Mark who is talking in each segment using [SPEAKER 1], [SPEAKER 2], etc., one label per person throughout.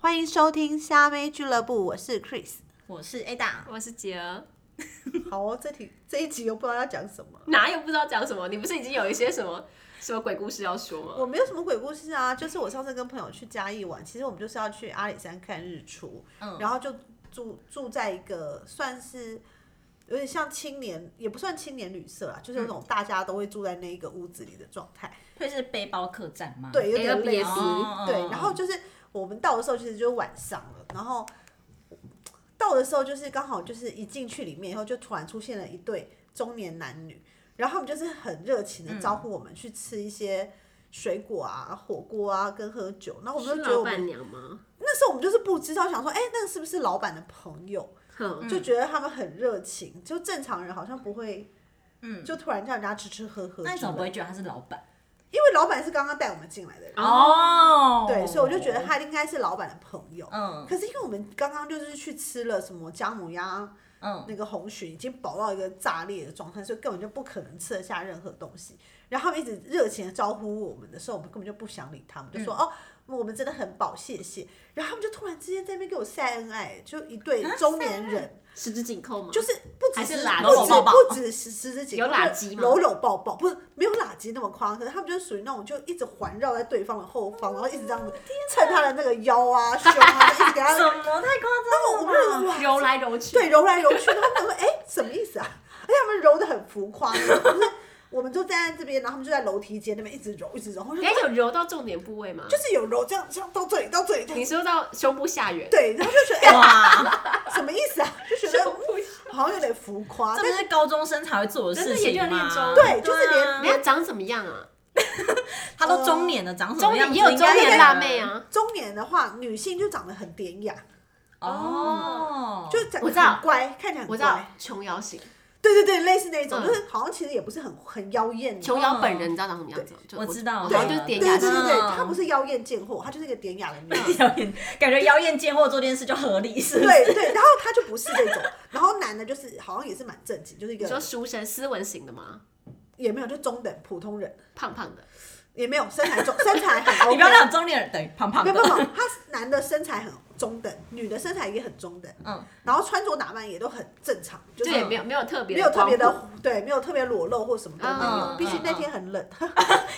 [SPEAKER 1] 欢迎收听虾妹俱乐部，我是 Chris。
[SPEAKER 2] 我是 Ada，
[SPEAKER 3] 我是杰儿，
[SPEAKER 1] 好、哦，这题这一集又不知道要讲什么，
[SPEAKER 3] 哪有不知道讲什么？你不是已经有一些什么什么鬼故事要说吗？
[SPEAKER 1] 我没有什么鬼故事啊，就是我上次跟朋友去嘉义玩，其实我们就是要去阿里山看日出，
[SPEAKER 2] 嗯
[SPEAKER 1] 然后就住住在一个算是有点像青年，也不算青年旅社啊，就是那种大家都会住在那一个屋子里的状态，
[SPEAKER 2] 会是背包客栈吗？
[SPEAKER 1] 对，有点类
[SPEAKER 3] Airbnb
[SPEAKER 1] 似，
[SPEAKER 2] 哦
[SPEAKER 1] 对，然后就是我们到的时候其实就是晚上了，然后到的时候就是刚好就是一进去里面以后，就突然出现了一对中年男女，然后他们就是很热情的招呼我们去吃一些水果啊、火锅啊跟喝酒，然后我们
[SPEAKER 3] 是
[SPEAKER 1] 就觉得
[SPEAKER 3] 老
[SPEAKER 1] 我们嗯
[SPEAKER 3] 板娘吗？
[SPEAKER 1] 那时候我们就是不知道，想说哎、那是不是老板的朋友？
[SPEAKER 3] 哼，
[SPEAKER 1] 就觉得他们很热情，就正常人好像不会，
[SPEAKER 2] 嗯
[SPEAKER 1] 就突然叫人家吃吃喝喝之类的，
[SPEAKER 2] 那你怎么不会觉得他是老板？
[SPEAKER 1] 因为老板是刚刚带我们进来的人，
[SPEAKER 2] 哦，
[SPEAKER 1] 对，所以我就觉得，他应该是老板的朋友。
[SPEAKER 2] 嗯
[SPEAKER 1] 可是因为我们刚刚就是去吃了什么姜母鸭，
[SPEAKER 2] 嗯，
[SPEAKER 1] 那个红鲟已经饱到一个炸裂的状态，所以根本就不可能吃得下任何东西。然后他们一直热情的招呼我们的时候，我们根本就不想理他们，就说、
[SPEAKER 2] 嗯
[SPEAKER 1] 哦，我们真的很饱，谢谢。然后他们就突然之间在那边给我晒恩爱，就一对
[SPEAKER 2] 啊
[SPEAKER 1] 中年人，
[SPEAKER 3] 十指紧扣吗？
[SPEAKER 1] 就是不只
[SPEAKER 3] 还是拉
[SPEAKER 1] 不
[SPEAKER 2] 搂
[SPEAKER 1] 止
[SPEAKER 2] 抱抱
[SPEAKER 1] 不止十十指紧
[SPEAKER 3] 有
[SPEAKER 1] 扣
[SPEAKER 3] 拉
[SPEAKER 1] 就是
[SPEAKER 3] 鸡吗
[SPEAKER 1] 搂搂抱抱，不是没有拉鸡那么夸张，可是他们就是属于那种就一直环绕在对方的后方，然后一直这样子蹭他的那个腰啊、 胸啊，一直给他
[SPEAKER 2] 怎么太
[SPEAKER 1] 我
[SPEAKER 2] 夸
[SPEAKER 1] 不认
[SPEAKER 2] 张
[SPEAKER 1] 为
[SPEAKER 2] 了吧？
[SPEAKER 1] 哇，
[SPEAKER 3] 揉来揉去，
[SPEAKER 1] 对，揉来揉去，然后他们说，哎、什么意思啊？而且他们揉的很浮夸，就是我们就站在这边，然后他们就在楼梯间那边一直揉，一直揉，我就
[SPEAKER 3] 哎，有揉到重点部位吗？
[SPEAKER 1] 就是有揉这样，这样到这里，到这里，
[SPEAKER 3] 你说到胸部下缘，
[SPEAKER 1] 对，然后就觉得，哎、
[SPEAKER 2] 哇，
[SPEAKER 1] 什么意思啊？就觉
[SPEAKER 3] 胸
[SPEAKER 1] 得
[SPEAKER 3] 部下，
[SPEAKER 1] 好像有点浮夸，
[SPEAKER 2] 这
[SPEAKER 1] 但
[SPEAKER 2] 不
[SPEAKER 1] 是
[SPEAKER 2] 是高中生才会做的事
[SPEAKER 3] 真的也就练
[SPEAKER 2] 情吗？
[SPEAKER 3] 中
[SPEAKER 1] 对就是连
[SPEAKER 2] 啊
[SPEAKER 3] 你看长怎么样啊？
[SPEAKER 2] 他都中年了，长什
[SPEAKER 3] 中
[SPEAKER 2] 么样
[SPEAKER 3] 年
[SPEAKER 2] 子？
[SPEAKER 3] 也有中
[SPEAKER 2] 应该
[SPEAKER 3] 年辣妹。啊，
[SPEAKER 1] 中年的话，女性就长得很典雅，
[SPEAKER 2] 哦，
[SPEAKER 1] 就长得
[SPEAKER 3] 我知道
[SPEAKER 1] 很乖，看起来
[SPEAKER 3] 我
[SPEAKER 1] 很
[SPEAKER 3] 知道
[SPEAKER 1] 乖，
[SPEAKER 3] 琼瑶型，
[SPEAKER 2] 嗯
[SPEAKER 1] 对对对，类似那种，
[SPEAKER 3] 嗯
[SPEAKER 1] 就是好像其实也不是很很妖艳。
[SPEAKER 3] 琼瑶本人你知道长什么样子吗？就
[SPEAKER 2] 我知道
[SPEAKER 3] 然
[SPEAKER 1] 对
[SPEAKER 3] 后
[SPEAKER 2] 我
[SPEAKER 3] 就
[SPEAKER 2] 知
[SPEAKER 3] 是
[SPEAKER 2] 道
[SPEAKER 1] 对
[SPEAKER 3] 典
[SPEAKER 1] 对
[SPEAKER 3] 雅嗯
[SPEAKER 1] 对
[SPEAKER 3] 型
[SPEAKER 2] 嗯，
[SPEAKER 1] 对，她不是妖艳贱货，她就是一个典雅的女人。
[SPEAKER 2] 妖艳，感觉妖艳贱货做这件事就合理，是不是？
[SPEAKER 1] 对对，然后他就不是这种，然后男的就是好像也是蛮正经，就是一
[SPEAKER 3] 你说
[SPEAKER 1] 个
[SPEAKER 3] 书生斯文型的吗？也
[SPEAKER 1] 也没有就中等普通人，
[SPEAKER 3] 胖胖的，
[SPEAKER 1] 也没有身材 中身材很 OK，
[SPEAKER 2] 你不要讲中年人等于胖胖
[SPEAKER 1] 没
[SPEAKER 2] 的嗯
[SPEAKER 1] 有，没有，没有他男的身材很中等，女的身材也很中等，
[SPEAKER 2] 嗯，
[SPEAKER 1] 然后穿着打扮也都很正常，就
[SPEAKER 3] 就是也没有没有特
[SPEAKER 1] 嗯
[SPEAKER 3] 别
[SPEAKER 1] 没有特别
[SPEAKER 3] 光谱
[SPEAKER 1] 的对，没有特别裸露或什么都没有，
[SPEAKER 3] 嗯
[SPEAKER 1] 必须
[SPEAKER 2] 嗯
[SPEAKER 1] 那天很冷。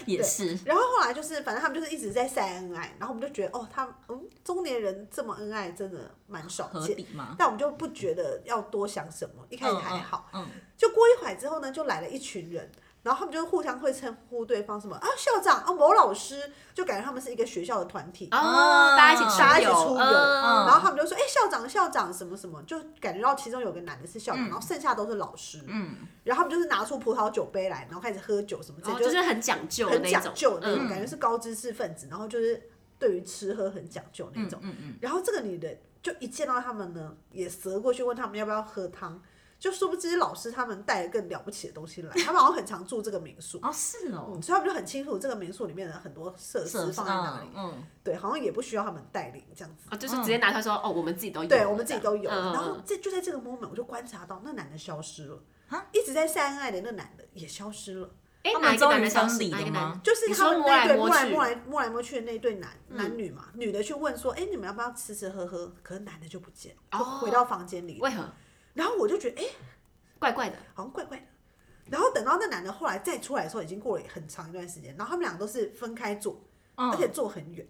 [SPEAKER 2] 也是。
[SPEAKER 1] 然后后来就是，反正他们就是一直在晒恩爱，然后我们就觉得哦，他们嗯中年人这么恩爱真的蛮少
[SPEAKER 2] 合
[SPEAKER 1] 见，
[SPEAKER 2] 理吗？
[SPEAKER 1] 但我们就不觉得要多想什么，一开始还好。
[SPEAKER 2] 嗯，
[SPEAKER 1] 就过一会儿之后呢，就来了一群人，然后他们就互相会称呼对方什么啊校长啊某老师，就感觉他们是一个学校的团体。
[SPEAKER 3] 哦，大家一起
[SPEAKER 1] 大家一起
[SPEAKER 3] 游
[SPEAKER 1] 出游
[SPEAKER 3] 嗯
[SPEAKER 1] 然后他们就说：“哎、校长，校长，什么什么，就感觉到其中有个男的是校长，然后剩下都是老师。嗯，然后他们就是拿出葡萄酒杯来，然后开始喝酒什么，这、
[SPEAKER 3] 哦，
[SPEAKER 1] 就
[SPEAKER 3] 就是很讲究的
[SPEAKER 1] 很
[SPEAKER 3] 那
[SPEAKER 1] 讲
[SPEAKER 3] 种，
[SPEAKER 1] 究的那种，
[SPEAKER 3] 嗯
[SPEAKER 1] 感觉是高知识分子，然后就是对于吃喝很讲究那种。
[SPEAKER 2] 嗯嗯，
[SPEAKER 1] 然后这个女的就一见到他们呢，也折过去问他们要不要喝汤，就殊不知老师他们带了更了不起的东西来，他们好像很常住这个民宿，
[SPEAKER 2] 哦是哦，
[SPEAKER 1] 嗯，所以他们就很清楚这个民宿里面的很多设施放在哪里，
[SPEAKER 2] 嗯，
[SPEAKER 1] 对，好像也不需要他们带领这样子。
[SPEAKER 3] 哦，就是直接拿出来说，哦，我们自己都
[SPEAKER 1] 嗯
[SPEAKER 3] 有，
[SPEAKER 1] 对，我们自己都有。
[SPEAKER 3] 这样嗯
[SPEAKER 1] 然后这就在这个 moment，我就观察到那男的消失了
[SPEAKER 2] 啊，
[SPEAKER 1] 一直在晒恩爱的那男的也消失了，
[SPEAKER 3] 哎
[SPEAKER 2] 他，们
[SPEAKER 3] 哪一个
[SPEAKER 2] 终于
[SPEAKER 3] 男的消
[SPEAKER 2] 分
[SPEAKER 3] 失？
[SPEAKER 2] 离
[SPEAKER 3] 哪一
[SPEAKER 2] 了
[SPEAKER 3] 个男
[SPEAKER 2] 吗？
[SPEAKER 1] 就是
[SPEAKER 3] 你
[SPEAKER 1] 他
[SPEAKER 3] 说
[SPEAKER 1] 们
[SPEAKER 3] 摸
[SPEAKER 1] 那
[SPEAKER 3] 来
[SPEAKER 1] 对
[SPEAKER 3] 摸
[SPEAKER 1] 摸来
[SPEAKER 3] 去嗯
[SPEAKER 1] 摸来摸来摸去的那对男男女嘛，女的去问说，哎，你们要不要吃吃喝喝？可是男的就不见了，就
[SPEAKER 3] 哦
[SPEAKER 1] 回到房间里了。
[SPEAKER 3] 为何
[SPEAKER 1] 然后我就觉得，哎、
[SPEAKER 3] 怪怪的？
[SPEAKER 1] 好像怪怪的。然后等到那男的后来再出来的时候，已经过了很长一段时间。然后他们俩都是分开坐，
[SPEAKER 3] 嗯
[SPEAKER 1] 而且坐很远，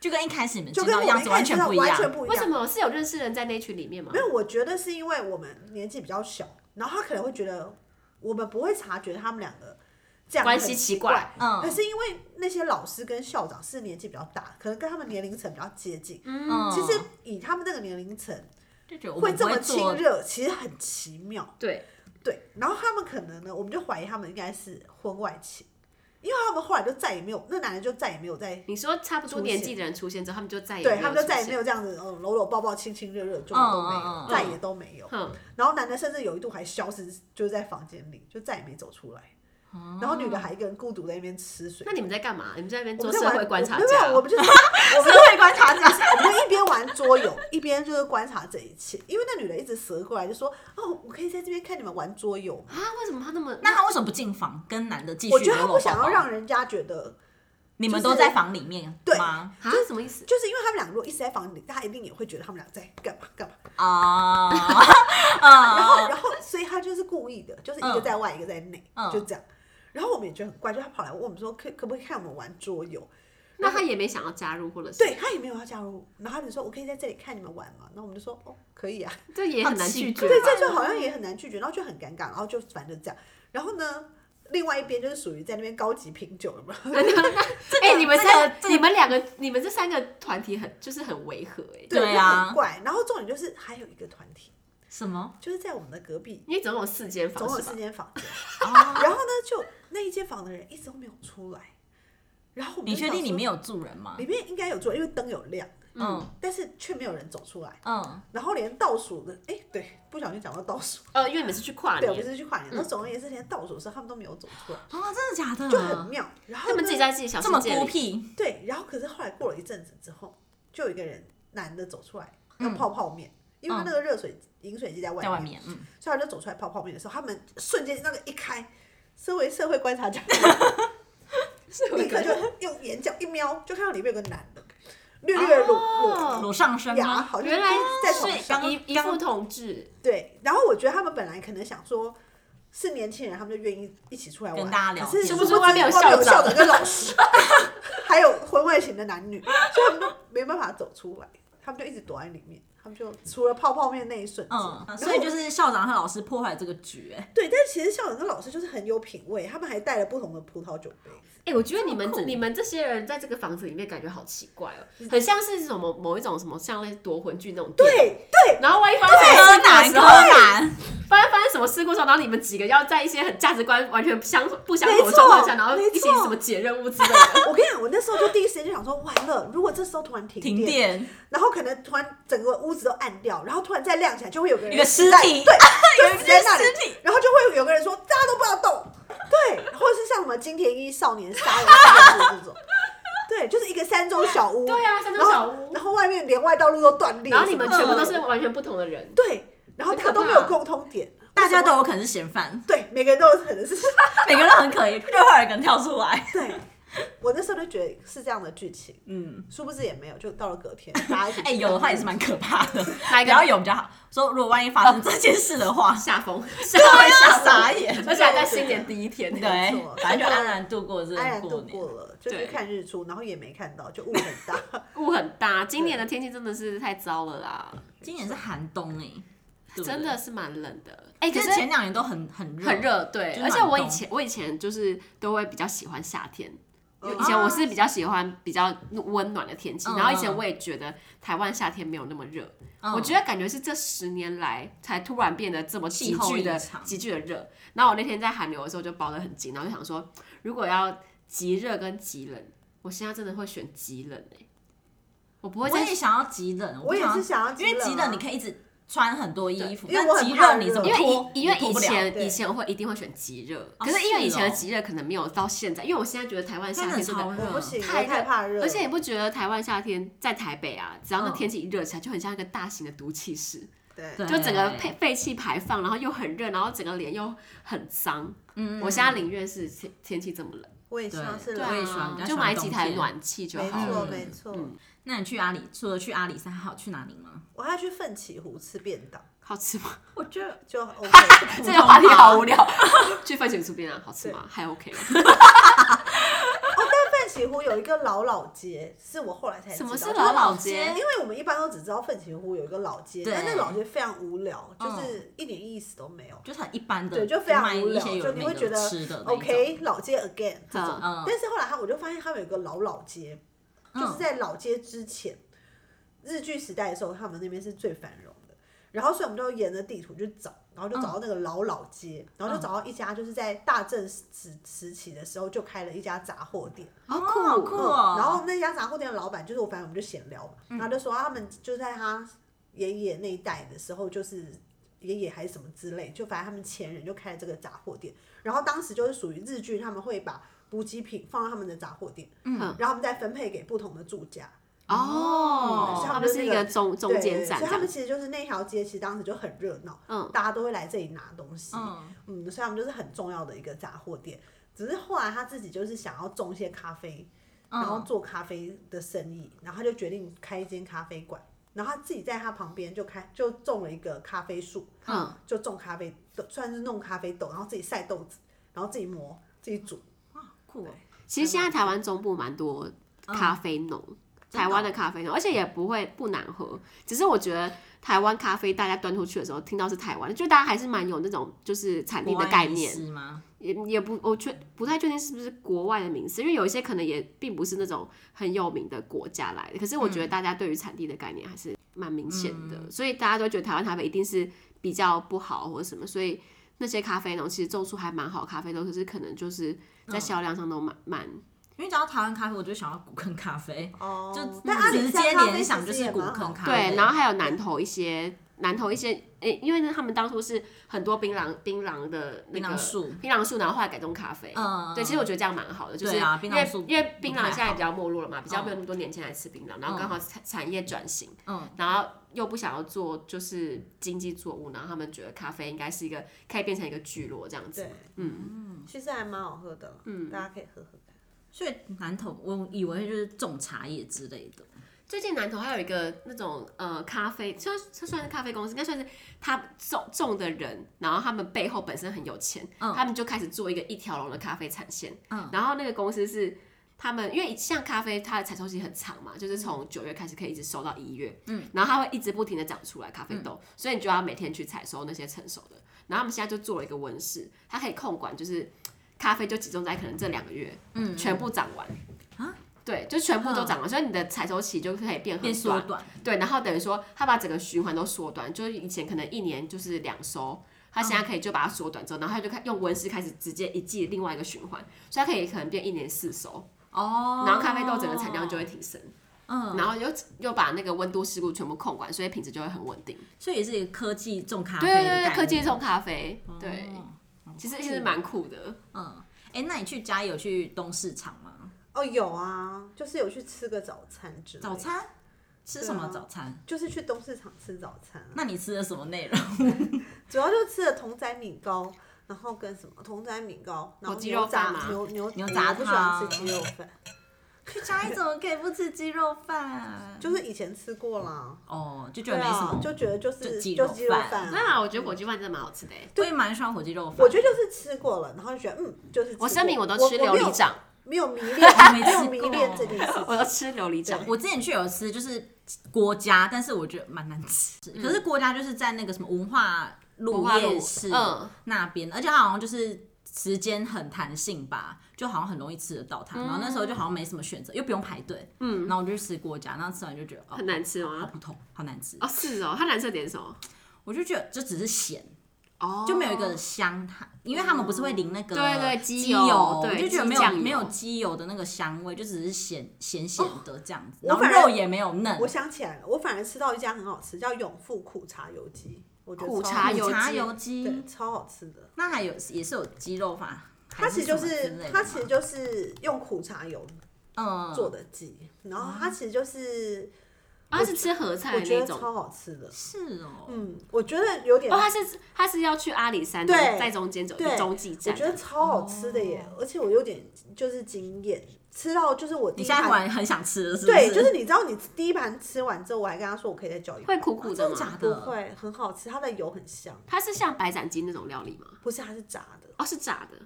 [SPEAKER 2] 就跟一开始你们
[SPEAKER 1] 就
[SPEAKER 2] 知
[SPEAKER 1] 跟
[SPEAKER 2] 道
[SPEAKER 1] 我
[SPEAKER 2] 的
[SPEAKER 1] 们
[SPEAKER 2] 样
[SPEAKER 1] 一
[SPEAKER 2] 子
[SPEAKER 1] 开
[SPEAKER 2] 完
[SPEAKER 1] 始
[SPEAKER 2] 全
[SPEAKER 1] 知道
[SPEAKER 2] 不一
[SPEAKER 1] 完
[SPEAKER 2] 样，
[SPEAKER 1] 全不一
[SPEAKER 3] 为什
[SPEAKER 1] 样。
[SPEAKER 3] 么是有认识人在那群里面吗
[SPEAKER 1] 没？有，我觉得是因为我们年纪比较小，然后他可能会觉得我们不会察觉他们两个这样
[SPEAKER 3] 关
[SPEAKER 1] 很
[SPEAKER 3] 系
[SPEAKER 1] 奇
[SPEAKER 3] 奇怪。
[SPEAKER 2] 嗯
[SPEAKER 1] 可是因为那些老师跟校长是年纪比较大，可能跟他们年龄层比较接近。
[SPEAKER 2] 嗯，
[SPEAKER 1] 其实以他们那个年龄层
[SPEAKER 2] 就觉得我
[SPEAKER 1] 会
[SPEAKER 2] 们
[SPEAKER 1] 这
[SPEAKER 2] 不
[SPEAKER 1] 么
[SPEAKER 2] 会
[SPEAKER 1] 亲
[SPEAKER 2] 做，
[SPEAKER 1] 热，其实很奇妙。
[SPEAKER 3] 对，
[SPEAKER 1] 对，然后他们可能呢，我们就怀疑他们应该是婚外情，因为他们后来就再也没有，那男的就再也没有在，
[SPEAKER 3] 你说差不多年纪的人出现之后，他们就再也
[SPEAKER 1] 对他们就再也没
[SPEAKER 3] 有
[SPEAKER 1] 有这样子，嗯，搂搂抱抱、亲亲热热，就都没有，
[SPEAKER 2] 嗯嗯嗯
[SPEAKER 1] 再也都没有。
[SPEAKER 3] 出现。哼，
[SPEAKER 1] 然后男的甚至有一度还消失，就是在房间里，就再也没走出来。
[SPEAKER 2] 哦
[SPEAKER 1] 然后女的还一个人孤独在那边吃水。
[SPEAKER 3] 那你们在干嘛？你们在那边
[SPEAKER 1] 我们
[SPEAKER 3] 做
[SPEAKER 1] 在
[SPEAKER 3] 社
[SPEAKER 1] 玩
[SPEAKER 3] 会观察
[SPEAKER 1] 没有没
[SPEAKER 3] 家
[SPEAKER 1] 有，我？们就是我们
[SPEAKER 2] 会观察家，
[SPEAKER 1] 我们一边玩桌游，一边就是观察这一切，因为那女的一直折过来就说：“哦，我可以在这边看你们玩桌游吗
[SPEAKER 3] 啊，为什么他那么？
[SPEAKER 2] 那他为什么不进房跟男的继续？
[SPEAKER 1] 我觉得他不想要让人家觉得
[SPEAKER 2] 你们
[SPEAKER 1] 就是
[SPEAKER 2] 都在房里面
[SPEAKER 1] 对
[SPEAKER 2] 吗？
[SPEAKER 3] 啊，什么意思？
[SPEAKER 1] 就是因为他们俩如果一直在房里，大家一定也会觉得他们俩在干嘛干嘛。
[SPEAKER 2] 啊，
[SPEAKER 1] 然后，
[SPEAKER 2] 啊，
[SPEAKER 1] 然后，所以他就是故意的，就是一个在外，一个在内，
[SPEAKER 2] 嗯
[SPEAKER 1] 就这样。然后我们也觉得很怪，就他跑来问我们说，可可不可以看我们玩桌游？
[SPEAKER 3] 那他也没想要加入，或者是
[SPEAKER 1] 对他也没有要加入，然后他就说，我可以在这里看你们玩嘛？那我们就说，哦，可以啊。
[SPEAKER 3] 这也很难拒绝吧。
[SPEAKER 1] 对，这就好像也很难拒绝，然后就很尴尬，然后就反正就这样。然后呢，另外一边就是属于在那边高级品酒了嘛，
[SPEAKER 3] 哎、你们
[SPEAKER 2] 这
[SPEAKER 3] 这
[SPEAKER 2] 个
[SPEAKER 3] 个
[SPEAKER 2] 这个
[SPEAKER 3] 你们两个，你们这三个团体很就是很违和哎、
[SPEAKER 2] 对
[SPEAKER 1] 就
[SPEAKER 2] 啊
[SPEAKER 1] 很怪。然后重点就是还有一个团体，
[SPEAKER 2] 什么？
[SPEAKER 1] 就是在我们的隔壁，
[SPEAKER 3] 因为总有四间房
[SPEAKER 1] 总有
[SPEAKER 3] 是吧
[SPEAKER 1] 四？间房间，
[SPEAKER 2] 啊，
[SPEAKER 1] 然后呢，就那一间房的人一直都没有出来。然后我们
[SPEAKER 2] 你
[SPEAKER 1] 就
[SPEAKER 2] 确
[SPEAKER 1] 想
[SPEAKER 2] 定里
[SPEAKER 1] 说
[SPEAKER 2] 面有住人吗
[SPEAKER 1] 里？面应该有做，因为灯有亮，
[SPEAKER 2] 嗯
[SPEAKER 1] 但是却没有人走出来。
[SPEAKER 2] 嗯，
[SPEAKER 1] 然后连倒数的，哎，对，不小心讲到倒数，
[SPEAKER 3] 呃，因为你们是去跨
[SPEAKER 1] 对，我们
[SPEAKER 3] 年，
[SPEAKER 1] 是去跨年，那总而言之，连倒数的时候他们都没有走出来，
[SPEAKER 2] 啊，真的假的？
[SPEAKER 1] 就很妙。然后
[SPEAKER 3] 他们
[SPEAKER 1] 呢
[SPEAKER 3] 自己在自己小世
[SPEAKER 2] 这么
[SPEAKER 3] 界
[SPEAKER 2] 孤
[SPEAKER 3] 里。
[SPEAKER 2] 僻，
[SPEAKER 1] 对，然后可是后来过了一阵子之后，就有一个人男的走出来要泡泡面，因为他那个热水饮水机在外
[SPEAKER 2] 在外
[SPEAKER 1] 面，
[SPEAKER 2] 面，嗯，
[SPEAKER 1] 所以他就走出来泡泡面的时候，他们瞬间那个一开，身为社会观察家，立刻就用眼角一瞄，就看到里面有个男的，略略裸
[SPEAKER 3] 哦
[SPEAKER 1] 裸
[SPEAKER 2] 裸上身
[SPEAKER 1] 牙，
[SPEAKER 2] 吗？
[SPEAKER 1] 好像
[SPEAKER 3] 原来
[SPEAKER 1] 在 床
[SPEAKER 2] 是
[SPEAKER 1] 上。
[SPEAKER 2] 刚
[SPEAKER 3] 一一副同志，
[SPEAKER 1] 对，然后我觉得他们本来可能想说。是年轻人，他们就愿意一起出来玩。
[SPEAKER 2] 跟大家聊
[SPEAKER 1] 可是
[SPEAKER 2] 天
[SPEAKER 1] 殊
[SPEAKER 3] 殊不知外面有
[SPEAKER 1] 有校
[SPEAKER 3] 校
[SPEAKER 1] 长跟老师，还有婚外情的男 女，所以他们都没办法走出来，他们就一直躲在里面。他们就除了泡泡面那一瞬间，
[SPEAKER 2] 嗯，
[SPEAKER 1] 然
[SPEAKER 2] 所以
[SPEAKER 1] 后
[SPEAKER 2] 就是校长和老师破坏这个局，哎
[SPEAKER 1] 对。但其实校长跟老师就是很有品味，他们还带了不同的葡萄酒杯。
[SPEAKER 3] 哎、我觉得你们
[SPEAKER 2] 这么酷
[SPEAKER 3] 你们这些人在这个房子里面感觉好奇怪哦，很像是什么某一种什么像类似夺魂剧那种。，
[SPEAKER 1] 对对，
[SPEAKER 3] 然后万一发生什么
[SPEAKER 2] 柯
[SPEAKER 3] 事故的
[SPEAKER 2] 南，
[SPEAKER 3] 时
[SPEAKER 2] 柯
[SPEAKER 3] 候，
[SPEAKER 2] 南，
[SPEAKER 3] 发生发生什么事故的时候，然后你们几个要在一些很价值观完全相不相同
[SPEAKER 1] 没
[SPEAKER 3] 的
[SPEAKER 1] 错
[SPEAKER 3] 状况下，然后一起
[SPEAKER 1] 没错
[SPEAKER 3] 什么解任务之类 的。
[SPEAKER 1] 我跟你讲，我那时候就第一时间就想说，完了，如果这时候突然停
[SPEAKER 2] 停
[SPEAKER 1] 电，
[SPEAKER 2] 电，
[SPEAKER 1] 然后可能突然整个屋子都暗掉，然后突然再亮起来，就会有个人
[SPEAKER 2] 一个尸
[SPEAKER 1] 在
[SPEAKER 2] 体
[SPEAKER 1] 对，
[SPEAKER 2] 有
[SPEAKER 1] 就
[SPEAKER 2] 一
[SPEAKER 1] 死
[SPEAKER 2] 具
[SPEAKER 1] 在那里
[SPEAKER 2] 尸体，
[SPEAKER 1] 然后就会有个人说大家都不要动， 对，或者是像什么金田一少年杀人事件簿这种，对，就是一个山中小屋，
[SPEAKER 3] 对啊，山
[SPEAKER 1] 然
[SPEAKER 3] 中
[SPEAKER 1] 后
[SPEAKER 3] 小屋，
[SPEAKER 1] 然后外面连外道路都断裂，
[SPEAKER 3] 然后你们全部都
[SPEAKER 1] 什
[SPEAKER 3] 是
[SPEAKER 1] 么
[SPEAKER 3] 完全不同的人
[SPEAKER 1] 的，对，然后大家都没有共通点，
[SPEAKER 3] 啊
[SPEAKER 2] 大家都
[SPEAKER 1] 为什么
[SPEAKER 2] 有可能是嫌犯，
[SPEAKER 1] 对，每个人都有可能是，
[SPEAKER 2] 每个人都很可疑，就会有一个人跳出来
[SPEAKER 1] 对。我那时候就觉得是这样的剧情，
[SPEAKER 2] 嗯，
[SPEAKER 1] 殊不知也没有，就到了隔天，大家一起
[SPEAKER 2] 哎，有的话也是蛮可怕的，
[SPEAKER 3] 哪一
[SPEAKER 2] 不
[SPEAKER 3] 个
[SPEAKER 2] 要有比较好。说如果万一
[SPEAKER 1] 哦
[SPEAKER 2] 发生这件事的话，
[SPEAKER 3] 下 风，下会下风
[SPEAKER 2] 傻眼
[SPEAKER 3] 而且还在新年第一天。
[SPEAKER 2] 对
[SPEAKER 1] 没错，
[SPEAKER 2] 反正就安然度过这
[SPEAKER 1] 安
[SPEAKER 2] 个
[SPEAKER 1] 然
[SPEAKER 2] 过
[SPEAKER 1] 度
[SPEAKER 2] 年。
[SPEAKER 1] 哎过了，就去
[SPEAKER 3] 对
[SPEAKER 1] 看日出，然后也没看到，就雾很大。
[SPEAKER 3] 雾很大，今年的天气真的是太糟了啦，
[SPEAKER 2] 今年是寒冬哎、对不对
[SPEAKER 3] 真的，是蛮冷的。哎、可
[SPEAKER 2] 就是是前两年都很很热，
[SPEAKER 3] 很热，对，
[SPEAKER 2] 就是
[SPEAKER 3] 而
[SPEAKER 2] 暖
[SPEAKER 3] 且我以
[SPEAKER 2] 冬
[SPEAKER 3] 前我以前就是都会比较喜欢夏天。
[SPEAKER 1] 嗯
[SPEAKER 3] 以前我是比较喜欢比较温暖的天气，
[SPEAKER 2] 啊嗯
[SPEAKER 3] 然后以前我也觉得台湾夏天没有那么热，
[SPEAKER 2] 嗯。
[SPEAKER 3] 我觉得感觉是这十年来才突然变得这么急
[SPEAKER 2] 气候
[SPEAKER 3] 剧的
[SPEAKER 2] 异常
[SPEAKER 3] 急剧的热。然后我那天在寒流的时候就包得很紧，然后就想说，如果要极热跟极冷，我现在真的会选极冷哎、我不
[SPEAKER 2] 我
[SPEAKER 3] 会再
[SPEAKER 2] 也想要极冷，
[SPEAKER 1] 我也
[SPEAKER 2] 不
[SPEAKER 1] 是想要极
[SPEAKER 2] 因为
[SPEAKER 1] 冷
[SPEAKER 2] 极冷
[SPEAKER 1] 啊
[SPEAKER 2] 你可以一直穿很多衣服，
[SPEAKER 1] 对因为我
[SPEAKER 2] 但
[SPEAKER 1] 很
[SPEAKER 2] 极
[SPEAKER 1] 怕
[SPEAKER 2] 热你怎么
[SPEAKER 1] 热
[SPEAKER 3] 因为
[SPEAKER 2] 脱？
[SPEAKER 3] 以因为
[SPEAKER 2] 你脱
[SPEAKER 3] 以
[SPEAKER 2] 不了
[SPEAKER 3] 前
[SPEAKER 1] 对
[SPEAKER 3] 以前我会一定会选极热，
[SPEAKER 2] 啊
[SPEAKER 3] 可是因为以前的
[SPEAKER 2] 是哦
[SPEAKER 3] 极热可能没有到现在，因为我现在觉得台湾夏
[SPEAKER 2] 真的
[SPEAKER 3] 天真的
[SPEAKER 2] 超热，
[SPEAKER 1] 我嗯不行，
[SPEAKER 3] 嗯太
[SPEAKER 1] 我太
[SPEAKER 3] 热
[SPEAKER 1] 怕热了，
[SPEAKER 3] 而且你不觉得台湾夏天在台北啊，只要那天气一热起来，就很像一个大型的毒气室，
[SPEAKER 1] 对
[SPEAKER 2] 对
[SPEAKER 3] 就整个废废气排放，然后又很热，然后整个脸又很脏。
[SPEAKER 2] 嗯，
[SPEAKER 3] 我现在宁愿是天天气这么冷，
[SPEAKER 1] 我也希望是
[SPEAKER 2] 对
[SPEAKER 1] 冷
[SPEAKER 2] 我也
[SPEAKER 3] 啊
[SPEAKER 1] 的，
[SPEAKER 2] 喜欢比较喜
[SPEAKER 3] 就
[SPEAKER 2] 欢
[SPEAKER 3] 买几台
[SPEAKER 2] 冬天
[SPEAKER 3] 暖气就
[SPEAKER 1] 啊没
[SPEAKER 3] 好
[SPEAKER 1] 错
[SPEAKER 3] 了。
[SPEAKER 2] 嗯
[SPEAKER 1] 没错。
[SPEAKER 3] 嗯
[SPEAKER 2] 那你去阿里，除了去阿里山，还有去哪里吗？
[SPEAKER 1] 我还要去奋起湖吃便当，
[SPEAKER 3] 好吃吗？
[SPEAKER 2] 我觉得
[SPEAKER 1] 就 OK。
[SPEAKER 3] 这个话题啊好无聊。去饭前出边啊，好吃吗？还 OK 吗？
[SPEAKER 1] 奋起湖有一个老老街，是我后来才知道
[SPEAKER 3] 什么是
[SPEAKER 1] 就是
[SPEAKER 3] 老
[SPEAKER 2] 老
[SPEAKER 3] 老街
[SPEAKER 1] 因？为我们一般都只知道奋起湖有一个老街，
[SPEAKER 2] 对
[SPEAKER 1] 但那个老街非常无聊，
[SPEAKER 3] 嗯
[SPEAKER 1] 就是一点意思都没有。
[SPEAKER 2] 就是很一般的，
[SPEAKER 1] 对，就非常
[SPEAKER 2] 卖
[SPEAKER 1] 无
[SPEAKER 2] 一
[SPEAKER 1] 聊，
[SPEAKER 2] 些有
[SPEAKER 1] 就
[SPEAKER 2] 的
[SPEAKER 1] 你
[SPEAKER 2] 没
[SPEAKER 1] 会
[SPEAKER 2] 的
[SPEAKER 1] 觉得
[SPEAKER 2] 吃的那一种
[SPEAKER 1] OK 老街 again 这种。
[SPEAKER 2] 嗯
[SPEAKER 1] 但是后来他我就发现他们有一个老老街，就是在老街之前，日据时代的时候，他们那边是最繁荣的。然后所以我们就沿着地图去找，然后就
[SPEAKER 2] 嗯
[SPEAKER 1] 找到那个老老街，然后就找到一家就是在大正时时期的时候就开了一家杂货店。
[SPEAKER 3] 好
[SPEAKER 2] 哦好酷
[SPEAKER 1] 嗯
[SPEAKER 2] 哦
[SPEAKER 1] 然后那家杂货店的老板就是我，反正我们就闲聊嘛，
[SPEAKER 3] 嗯
[SPEAKER 1] 然后就说啊他们就在他爷爷那一代的时候，就是爷爷还是什么之类，就反正他们前人就开了这个杂货店。然后当时就是属于日剧，他们会把补给品放到他们的杂货店，嗯，然后他们再分配给不同的住家。
[SPEAKER 3] 哦
[SPEAKER 1] 嗯，
[SPEAKER 3] 他们是一个中中
[SPEAKER 1] 对
[SPEAKER 3] 间
[SPEAKER 1] 对，所
[SPEAKER 3] 站
[SPEAKER 1] 以
[SPEAKER 3] 这
[SPEAKER 1] 他
[SPEAKER 3] 样
[SPEAKER 1] 们。其实就是那条街，其实当时就很热闹，
[SPEAKER 3] 嗯，
[SPEAKER 1] 大家都会来这里拿东西，
[SPEAKER 2] 嗯
[SPEAKER 1] 嗯，所以他们就是很重要的一个杂货店。只是后来他自己就是想要种一些咖啡然
[SPEAKER 2] 嗯
[SPEAKER 1] 后做咖啡的生意，然后他就决定开一间咖啡馆，然后他自己在他旁边就开就种了一个咖啡树，
[SPEAKER 3] 嗯，
[SPEAKER 1] 就种咖啡豆，算是弄咖啡豆，然后自己晒豆子，然后自己磨自己煮，
[SPEAKER 2] 哇，酷哦，
[SPEAKER 3] 其实现在台湾中部蛮多
[SPEAKER 2] 嗯
[SPEAKER 3] 咖啡农，
[SPEAKER 2] 真的哦
[SPEAKER 3] 台湾的咖啡农，而且也不会不难喝。只是我觉得台湾咖啡大家端出去的时候，听到是台湾，就大家还是蛮有那种就是产地
[SPEAKER 2] 国
[SPEAKER 3] 的
[SPEAKER 2] 外
[SPEAKER 3] 概
[SPEAKER 2] 饮
[SPEAKER 3] 念，
[SPEAKER 2] 食吗？
[SPEAKER 3] 也也不我确不太确定是不是国外的名词，因为有一些可能也并不是那种很有名的国家来的。可是我
[SPEAKER 2] 嗯
[SPEAKER 3] 觉得大家对于产地的概念还是蛮明显的，所以大家都觉得台湾咖啡一定是比较不好或者什么，所以。那些咖啡农其实种出还蛮好的咖啡豆，可是可能就是在
[SPEAKER 2] 嗯
[SPEAKER 3] 销量上都蛮蛮
[SPEAKER 2] 因为讲到台湾咖啡，我就想到古坑咖啡，
[SPEAKER 1] 哦
[SPEAKER 2] 就
[SPEAKER 1] 但阿里
[SPEAKER 2] 直
[SPEAKER 1] 山
[SPEAKER 2] 接
[SPEAKER 1] 咖啡
[SPEAKER 2] 联
[SPEAKER 1] 其
[SPEAKER 2] 想
[SPEAKER 1] 实
[SPEAKER 2] 就是
[SPEAKER 1] 也
[SPEAKER 2] 古
[SPEAKER 1] 蛮好
[SPEAKER 2] 坑咖啡。
[SPEAKER 3] 对，然后还有南投一些南投一些，诶、因为呢，他们当初是很多槟榔槟榔的那个
[SPEAKER 2] 槟榔树，
[SPEAKER 3] 槟榔树，然后后来改种咖啡。
[SPEAKER 2] 嗯，
[SPEAKER 3] 对，其实我觉得这样蛮好的，就是
[SPEAKER 2] 对啊
[SPEAKER 3] 因
[SPEAKER 2] 槟
[SPEAKER 3] 为
[SPEAKER 2] 榔树
[SPEAKER 3] 因为槟榔
[SPEAKER 2] 不太
[SPEAKER 3] 现在
[SPEAKER 2] 好
[SPEAKER 3] 比较没落了嘛，比较没有那么多年轻人来吃槟榔，然后刚好产产业转型，
[SPEAKER 2] 嗯，
[SPEAKER 3] 然后又不想要做就是经济作物，然后他们觉得咖啡应该是一个可以变成一个聚落这样子。
[SPEAKER 1] 对，嗯，其实还蛮好喝的，嗯，大家可以喝喝看。
[SPEAKER 2] 所以南投我以为就是种茶叶之类的，
[SPEAKER 3] 最近南投还有一个那种呃咖啡，虽然这算是咖啡公司，应该算是他种种的人，然后他们背后本身很有钱，他们就开始做一个一条龙的咖啡产线。然后那个公司是他们，因为像咖啡它的采收期很长嘛，就是从九月开始可以一直收到一月，嗯，然后它会一直不停的长出来咖啡豆，所以你就要每天去采收那些成熟的。然后他们现在就做了一个温室，它可以控管，就是咖啡就集中在可能这两个月，嗯，全部长完
[SPEAKER 2] 啊。
[SPEAKER 3] 对，就全部都长完，所以你的采收期就可以变
[SPEAKER 2] 变
[SPEAKER 3] 很
[SPEAKER 2] 缩
[SPEAKER 3] 短。
[SPEAKER 2] 短，
[SPEAKER 3] 对，然后等于说他把整个循环都缩短，就是以前可能一年就是两收，他现在可以就把它缩短之后，然后他就开用温室开始直接一季另外一个循环，所以它可以可能变一年四收，
[SPEAKER 2] 哦，
[SPEAKER 3] 然后咖啡豆整个产量就会提升，
[SPEAKER 2] 嗯，
[SPEAKER 3] 然后又又把那个温度湿度全部控管，所以品质就会很稳定。
[SPEAKER 2] 所以也是一个科技种咖啡
[SPEAKER 3] 对对
[SPEAKER 2] 的概
[SPEAKER 3] 对，
[SPEAKER 2] 念
[SPEAKER 3] 科技种咖啡，对，
[SPEAKER 2] 哦
[SPEAKER 3] 其实其实蛮酷的。
[SPEAKER 2] 嗯，哎、那你去家有去东市场吗？
[SPEAKER 1] 哦，有啊，就是有去吃个早餐之类的
[SPEAKER 2] 早餐吃什么早餐？
[SPEAKER 1] 就是去东市场吃早餐啊，
[SPEAKER 2] 那你吃的什么内容？
[SPEAKER 1] 主要就吃了童仔米糕，然后跟什么童仔米糕，然后
[SPEAKER 3] 鸡肉
[SPEAKER 1] 牛杂
[SPEAKER 3] 饭吗
[SPEAKER 1] 牛牛
[SPEAKER 2] 牛杂
[SPEAKER 1] 我不喜欢吃
[SPEAKER 2] 汤
[SPEAKER 1] 鸡肉饭，
[SPEAKER 2] 去家里怎么可以不吃鸡肉饭？
[SPEAKER 1] 就是以前吃过啦，
[SPEAKER 2] 哦，就觉
[SPEAKER 1] 对
[SPEAKER 2] 得没什
[SPEAKER 1] 啊
[SPEAKER 2] 么，，
[SPEAKER 1] 就觉得就是
[SPEAKER 2] 就鸡
[SPEAKER 1] 就
[SPEAKER 2] 肉
[SPEAKER 1] 是鸡肉
[SPEAKER 2] 饭
[SPEAKER 1] 饭啊，
[SPEAKER 3] 那我觉得火鸡饭真的蛮好吃的欸，
[SPEAKER 2] 我也蛮喜欢火鸡肉饭。
[SPEAKER 1] 我觉得就是吃过了，然后就觉得嗯，就是吃
[SPEAKER 3] 我声明
[SPEAKER 1] 过
[SPEAKER 3] 我都吃
[SPEAKER 1] 我
[SPEAKER 3] 琉
[SPEAKER 1] 没有
[SPEAKER 3] 璃掌，
[SPEAKER 1] 没有迷
[SPEAKER 2] 我
[SPEAKER 1] 恋，
[SPEAKER 2] 没
[SPEAKER 1] 没有
[SPEAKER 2] 吃
[SPEAKER 1] 迷
[SPEAKER 2] 过
[SPEAKER 1] 恋这件事情。
[SPEAKER 3] 我都吃琉璃掌。
[SPEAKER 2] 我之前去有吃，就是郭家，但是我觉得蛮难吃。可是郭家就是在那个什么文化
[SPEAKER 3] 嗯文
[SPEAKER 2] 路
[SPEAKER 3] 化路
[SPEAKER 2] 夜市
[SPEAKER 3] 嗯
[SPEAKER 2] 那边，而且它好像就是时间很弹性吧，就好像很容易吃得到它。然后那时候
[SPEAKER 3] 嗯
[SPEAKER 2] 就好像没什么选择，又不用排队。嗯，然后我就去吃郭家，然后吃完就觉得哦，
[SPEAKER 3] 很难吃吗
[SPEAKER 2] 好普通，好难吃。
[SPEAKER 3] 哦，是哦，它蓝色点是什么？
[SPEAKER 2] 我就觉得就只是咸，
[SPEAKER 3] 哦，
[SPEAKER 2] 就没有一个香，它因为他们不是会淋那个
[SPEAKER 3] 对对
[SPEAKER 2] 鸡
[SPEAKER 3] 鸡油对
[SPEAKER 2] 我就觉得
[SPEAKER 3] 鸡
[SPEAKER 2] 没有
[SPEAKER 3] 酱油
[SPEAKER 2] 没有鸡油的那个香味，就只是咸咸咸的这样子，
[SPEAKER 1] 我
[SPEAKER 3] 哦
[SPEAKER 2] 然后
[SPEAKER 1] 反而
[SPEAKER 2] 肉也没有嫩
[SPEAKER 1] 我。想起来了，我反而吃到一家很好吃，叫永富苦茶油鸡，我觉得
[SPEAKER 3] 苦
[SPEAKER 1] 超
[SPEAKER 3] 茶
[SPEAKER 1] 好吃
[SPEAKER 3] 油
[SPEAKER 2] 有茶
[SPEAKER 3] 鸡
[SPEAKER 2] 油鸡
[SPEAKER 1] 对，，超好吃的。
[SPEAKER 2] 那还有也是有鸡肉饭，
[SPEAKER 1] 它其实就
[SPEAKER 2] 还什么
[SPEAKER 1] 是
[SPEAKER 2] 之类的
[SPEAKER 1] 它其
[SPEAKER 2] 吗
[SPEAKER 1] 实就是用苦茶油
[SPEAKER 2] 嗯
[SPEAKER 1] 做的鸡，然后它其实就是
[SPEAKER 3] 啊它是吃合菜
[SPEAKER 1] 我
[SPEAKER 3] 的
[SPEAKER 1] 觉
[SPEAKER 3] 那
[SPEAKER 1] 得
[SPEAKER 3] 种。哦
[SPEAKER 1] 超好吃的。
[SPEAKER 2] 是哦，
[SPEAKER 1] 嗯，我觉得有点
[SPEAKER 3] 哦，，他是他是要去阿里山，
[SPEAKER 1] 对
[SPEAKER 3] 然后在中间走一个
[SPEAKER 1] 对
[SPEAKER 3] 中继
[SPEAKER 1] 我
[SPEAKER 3] 站。
[SPEAKER 1] 觉得超好吃的
[SPEAKER 2] 哦
[SPEAKER 1] 耶，而且我有点就是惊艳，吃到就是我第
[SPEAKER 2] 你
[SPEAKER 1] 一
[SPEAKER 2] 现在突
[SPEAKER 1] 盘，
[SPEAKER 2] 然很想吃了，是不
[SPEAKER 1] 对，就是你知道你第一盘吃完之后，我还跟他说我可以再叫一
[SPEAKER 3] 会
[SPEAKER 1] 盘，
[SPEAKER 3] 苦苦的
[SPEAKER 2] 真的假
[SPEAKER 3] 吗？
[SPEAKER 1] 不
[SPEAKER 2] 的？
[SPEAKER 1] 会，很好吃，它的油很香，
[SPEAKER 3] 它是像白斩鸡那种料理吗？
[SPEAKER 1] 不是它是炸的，
[SPEAKER 3] 哦，是炸的，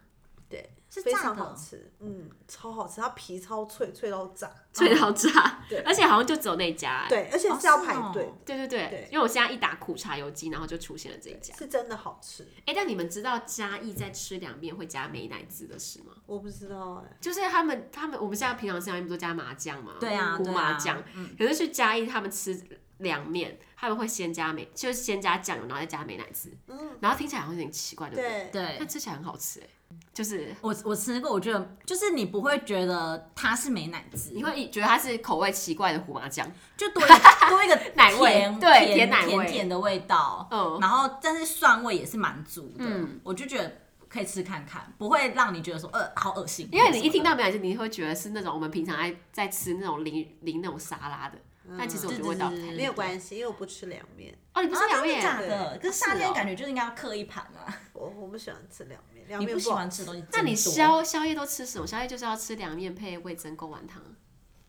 [SPEAKER 1] 对，
[SPEAKER 2] 是
[SPEAKER 1] 非
[SPEAKER 2] 炸
[SPEAKER 1] 常好
[SPEAKER 2] 的，
[SPEAKER 1] 吃，嗯，超好吃，它皮超脆，脆到炸，
[SPEAKER 3] 脆到炸
[SPEAKER 1] 嗯对，
[SPEAKER 3] 而且好像就只有那一家。哎
[SPEAKER 1] 对，而且
[SPEAKER 2] 哦
[SPEAKER 1] 是要
[SPEAKER 2] 是
[SPEAKER 1] 排
[SPEAKER 2] 哦
[SPEAKER 1] 队的，
[SPEAKER 3] 对对对
[SPEAKER 1] 对
[SPEAKER 3] 因为我现在一打苦茶油鸡，然后就出现了这一家。
[SPEAKER 1] 是真的好吃，
[SPEAKER 3] 哎、但你们知道嘉义在吃凉面会加美乃滋的事吗？
[SPEAKER 1] 我不知道哎、
[SPEAKER 3] 就是他们他们我们现在平常吃凉面不都加麻酱吗？
[SPEAKER 2] 对啊
[SPEAKER 3] 胡
[SPEAKER 2] 对啊
[SPEAKER 3] 麻酱。可是去嘉义他们吃凉面，他们会先加美，就是先加酱油，然后再加美乃滋。嗯，然后听起来好像有点奇怪，对不对？
[SPEAKER 1] 对，
[SPEAKER 2] 对
[SPEAKER 3] 但。吃起来很好吃哎，就是
[SPEAKER 2] 我我吃过，我觉得就是你不会觉得它是美乃滋，
[SPEAKER 3] 你会觉得它是口味奇怪的胡麻酱，
[SPEAKER 2] 就多一个多一个
[SPEAKER 3] 奶味
[SPEAKER 2] 甜
[SPEAKER 3] 对
[SPEAKER 2] 甜
[SPEAKER 3] 甜奶味
[SPEAKER 2] 甜甜的味道，
[SPEAKER 3] 嗯
[SPEAKER 2] 然后但是蒜味也是蛮足的，
[SPEAKER 3] 嗯
[SPEAKER 2] 我就觉得可以吃看看，不会让你觉得说呃好恶心，
[SPEAKER 3] 因为你一听到美乃滋，你会觉得是那种我们平常爱在吃那种淋淋那种沙拉的，但其实我觉得味道不太
[SPEAKER 2] 对对对
[SPEAKER 1] 没有关系，因为我不吃凉面，
[SPEAKER 3] 哦，你不
[SPEAKER 2] 不
[SPEAKER 3] 是
[SPEAKER 2] 是
[SPEAKER 3] 凉
[SPEAKER 2] 真的
[SPEAKER 3] 面
[SPEAKER 2] 假的，可是夏天感觉就是应该要刻一盘啊，
[SPEAKER 1] 我我不喜欢吃凉面，凉
[SPEAKER 2] 你
[SPEAKER 1] 面
[SPEAKER 2] 不喜
[SPEAKER 1] 好
[SPEAKER 2] 欢吃的东西，
[SPEAKER 3] 那你
[SPEAKER 2] 真多
[SPEAKER 3] 宵宵夜都吃什么？宵夜就是要吃凉面配味增贡丸汤，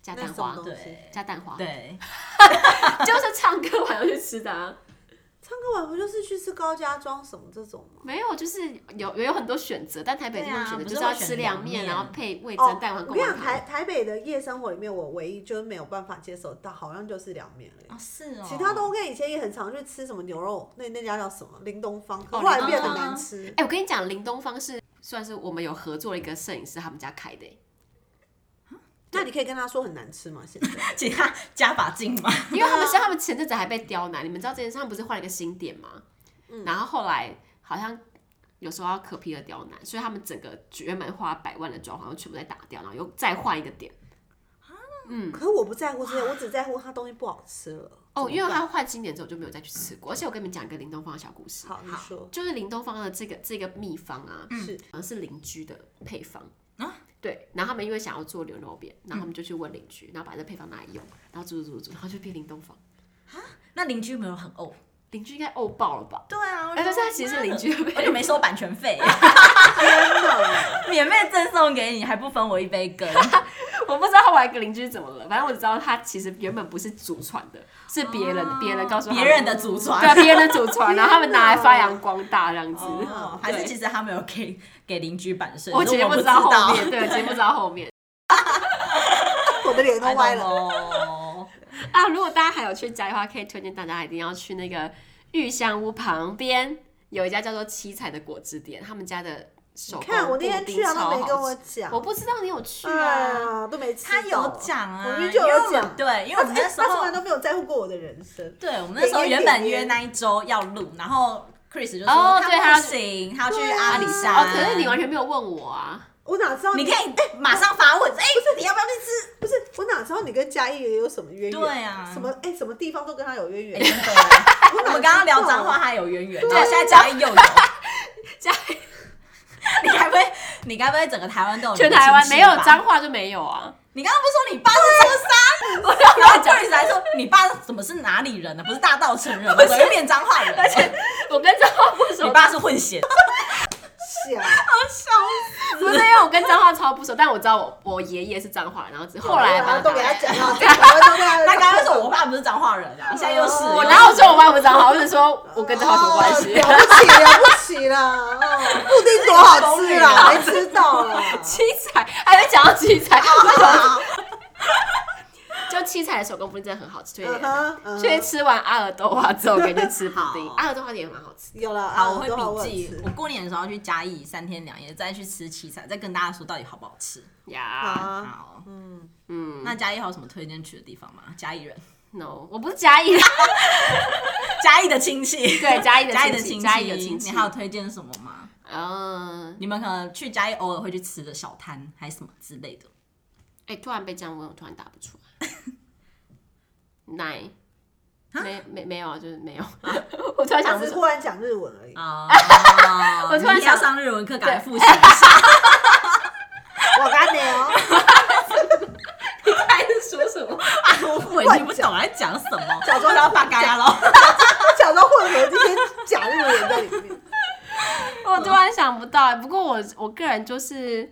[SPEAKER 3] 加
[SPEAKER 1] 那
[SPEAKER 3] 蛋
[SPEAKER 1] 什么
[SPEAKER 3] 花，
[SPEAKER 1] 东西
[SPEAKER 2] 对
[SPEAKER 3] 加蛋花，
[SPEAKER 2] 对，
[SPEAKER 3] 就是唱歌晚上去吃的、啊。
[SPEAKER 1] 唱歌晚不就是去吃高家庄什么这种吗？
[SPEAKER 3] 没有，就是有有很多选择，但台北这种选择
[SPEAKER 2] 对啊
[SPEAKER 3] 就是要
[SPEAKER 2] 不是会
[SPEAKER 3] 吃
[SPEAKER 2] 选
[SPEAKER 3] 凉
[SPEAKER 2] 凉
[SPEAKER 3] 面，
[SPEAKER 2] 面
[SPEAKER 3] 然后配味
[SPEAKER 1] 哦
[SPEAKER 3] 增，蛋黄
[SPEAKER 1] 我
[SPEAKER 3] 贡
[SPEAKER 1] 跟你
[SPEAKER 3] 丸
[SPEAKER 1] 讲，台
[SPEAKER 3] 汤。
[SPEAKER 1] 台北的夜生活里面，我唯一就是没有办法接受到，好像就是凉面而已。
[SPEAKER 3] 啊
[SPEAKER 2] 哦是哦，
[SPEAKER 1] 其他都 OK，以前也很常去吃什么牛肉，那那家叫什么林东方，
[SPEAKER 3] 哦
[SPEAKER 1] 后来
[SPEAKER 3] 林东
[SPEAKER 1] 变得
[SPEAKER 2] 方
[SPEAKER 1] 难吃。
[SPEAKER 3] 哎、我跟你讲，林东方是算是我们有合作的一个摄影师，他们家开的欸、
[SPEAKER 1] 那你可以跟他说很难吃吗？现在
[SPEAKER 2] 其他加把劲嘛，
[SPEAKER 3] 因为他们是他们前阵子还被刁难，你们知道这件事，他们不是换了一个新店吗？
[SPEAKER 1] 嗯
[SPEAKER 3] 然后后来好像有时候要可批的刁难，所以他们整个原本花百万的装潢又全部再打掉，然后又再换一个点。
[SPEAKER 1] 可是我不在乎这些，我只在乎他东西不好吃了。
[SPEAKER 3] 哦，
[SPEAKER 1] 怎
[SPEAKER 3] 因为
[SPEAKER 1] 么办
[SPEAKER 3] 他换新点之后我就没有再去吃过，而且我跟你们讲一个林东方的小故事。
[SPEAKER 1] 好，嗯你说
[SPEAKER 3] 就是林东方的这个这个秘方啊，
[SPEAKER 2] 嗯
[SPEAKER 1] 是
[SPEAKER 3] 好像是邻居的配方啊。对，然后他们因为想要做牛肉面，然后他们就去问邻居，然后把这配方拿来用，然后煮煮煮煮，然后就变林东方。
[SPEAKER 2] 那邻居有没有很呕。
[SPEAKER 3] 邻居应该呕爆了吧？
[SPEAKER 2] 对啊，
[SPEAKER 3] 哎但是他其实是邻居的
[SPEAKER 2] 而且没收版权费，哎
[SPEAKER 1] 真的，
[SPEAKER 2] 免费赠送给你，还不分我一杯 羹。
[SPEAKER 3] 我不知道后来一个邻居怎么了，反正我只知道他其实原本不是祖传的，是别人、别人告诉他
[SPEAKER 2] 哦别人的祖
[SPEAKER 3] 对啊，
[SPEAKER 2] 传，
[SPEAKER 3] 别人的祖传， 然后他们拿来发扬光大这样子。
[SPEAKER 2] 哦还是
[SPEAKER 3] 对
[SPEAKER 2] 其实他没有给给邻居版税，
[SPEAKER 3] 我
[SPEAKER 2] 只
[SPEAKER 3] 其
[SPEAKER 2] 是
[SPEAKER 3] 实
[SPEAKER 2] 我
[SPEAKER 3] 不
[SPEAKER 2] 不
[SPEAKER 3] 知道后面，对，其实不知道后面
[SPEAKER 1] 我的脸都歪了。
[SPEAKER 2] 了。
[SPEAKER 3] 啊。如果大家还有去家的话，可以推荐大家一定要去那个玉香屋旁边有一家叫做七彩的果汁店，他们家的手工
[SPEAKER 2] 哦
[SPEAKER 1] 看我那天
[SPEAKER 3] 布丁
[SPEAKER 1] 去啊，
[SPEAKER 3] 超
[SPEAKER 1] 他没跟
[SPEAKER 3] 好
[SPEAKER 1] 我
[SPEAKER 3] 吃。
[SPEAKER 1] 讲，
[SPEAKER 3] 我不知道你有去啊。
[SPEAKER 1] 啊都没吃
[SPEAKER 2] 他
[SPEAKER 1] 到。
[SPEAKER 2] 有讲啊，
[SPEAKER 1] 我
[SPEAKER 2] 因
[SPEAKER 1] 明明
[SPEAKER 2] 为
[SPEAKER 1] 就有
[SPEAKER 2] 我们
[SPEAKER 1] 讲
[SPEAKER 2] 对，因为
[SPEAKER 1] 他
[SPEAKER 2] 我们那时
[SPEAKER 1] 他从
[SPEAKER 2] 候
[SPEAKER 1] 来都没有在乎过我的人生。
[SPEAKER 2] 对，我们那时候原本约那一周要录，然后 Chris 就说
[SPEAKER 3] 哦对他
[SPEAKER 2] 他
[SPEAKER 3] 要
[SPEAKER 2] 不行，他要去
[SPEAKER 1] 对啊
[SPEAKER 2] 阿里山。
[SPEAKER 3] 哦，可是你完全没有问我啊。
[SPEAKER 1] 我哪知道
[SPEAKER 2] 你可以哎马上发问，哎，你要不要去吃？
[SPEAKER 1] 不是我哪知道你跟嘉义也有什么渊源？
[SPEAKER 2] 对啊
[SPEAKER 1] 什么哎、什么地方都跟他有渊源
[SPEAKER 2] 哎。真 的我们刚刚聊脏话还有渊源，然后现在嘉义 又有。
[SPEAKER 3] 家
[SPEAKER 2] 你该不会，你该不会整个台湾都有你的
[SPEAKER 3] 全台湾
[SPEAKER 2] 亲戚
[SPEAKER 3] 没有
[SPEAKER 2] 吧
[SPEAKER 3] 脏？话就没有啊。
[SPEAKER 2] 你刚刚不是说你爸 是车山？然后 Chris 还说你爸怎么是哪里人呢？不是大道城人 吗，怎么又变脏话人了？而且
[SPEAKER 3] 我跟彰化不熟，
[SPEAKER 2] 你爸是混 血，
[SPEAKER 1] 想
[SPEAKER 3] 不是因为我跟彰化超不熟，但我知道我我爷爷是彰化，然后之后来
[SPEAKER 1] 然
[SPEAKER 3] 把他
[SPEAKER 1] 后都给他
[SPEAKER 3] 打来
[SPEAKER 1] 讲到，然后都给他。
[SPEAKER 2] 他刚刚说我爸不是脏话人啊，现在又是
[SPEAKER 3] 我哪有说我爸不是彰化，我是说我跟彰化什么关系？
[SPEAKER 1] 哦了不起了不起啦！哦，布丁多好 吃
[SPEAKER 2] 啊
[SPEAKER 1] 啦，没吃到啦。
[SPEAKER 3] 七彩还没讲到七 彩，就七彩的手工布丁真的很好吃，推
[SPEAKER 1] 嗯
[SPEAKER 3] 荐给大家。
[SPEAKER 1] 哼嗯
[SPEAKER 3] 所以
[SPEAKER 1] 哼，
[SPEAKER 3] 吃完阿尔豆蛙之后，可以去吃布丁。
[SPEAKER 2] 好
[SPEAKER 3] 阿尔豆蛙也蛮好吃，
[SPEAKER 1] 有了，
[SPEAKER 2] 好，
[SPEAKER 1] 啊，
[SPEAKER 2] 我会
[SPEAKER 1] 都好
[SPEAKER 2] 笔记
[SPEAKER 1] 吃。
[SPEAKER 2] 我过年的时候要去嘉义三天两夜，再去吃七彩，再跟大家说到底好不好吃。
[SPEAKER 3] 呀。
[SPEAKER 1] 啊，
[SPEAKER 2] 好，
[SPEAKER 1] 嗯，
[SPEAKER 3] 嗯
[SPEAKER 2] 那嘉义还有什么推荐去的地方吗？嘉义人，
[SPEAKER 3] ，no，我不是嘉义 人，
[SPEAKER 2] 嘉义的亲戚，
[SPEAKER 3] 对嘉义的
[SPEAKER 2] 嘉义的
[SPEAKER 3] 亲戚
[SPEAKER 2] 亲
[SPEAKER 3] 嘉义的亲戚
[SPEAKER 2] 你还有推荐什么吗？
[SPEAKER 3] 嗯，
[SPEAKER 2] 你们可能去嘉义偶尔会去吃的小摊，还是什么之类的。
[SPEAKER 3] 哎，突然被这样问，我突然答不出 来。奶，没没没有啊，就是没有。 我突
[SPEAKER 1] 他
[SPEAKER 3] 然想
[SPEAKER 1] 只
[SPEAKER 3] 不
[SPEAKER 1] 是
[SPEAKER 3] 出！
[SPEAKER 1] 忽然讲日文而已。
[SPEAKER 2] 啊
[SPEAKER 3] 我突然
[SPEAKER 2] 你要
[SPEAKER 3] 想
[SPEAKER 2] 上日文课，赶快复习一下。
[SPEAKER 1] 我干你哦，
[SPEAKER 3] 来是说什么。
[SPEAKER 2] 我已经不懂在讲什么，假装要发嘎呀喽。
[SPEAKER 1] 假装混合这些假日文在里面。
[SPEAKER 3] 我突然想不到，不过我我个人就是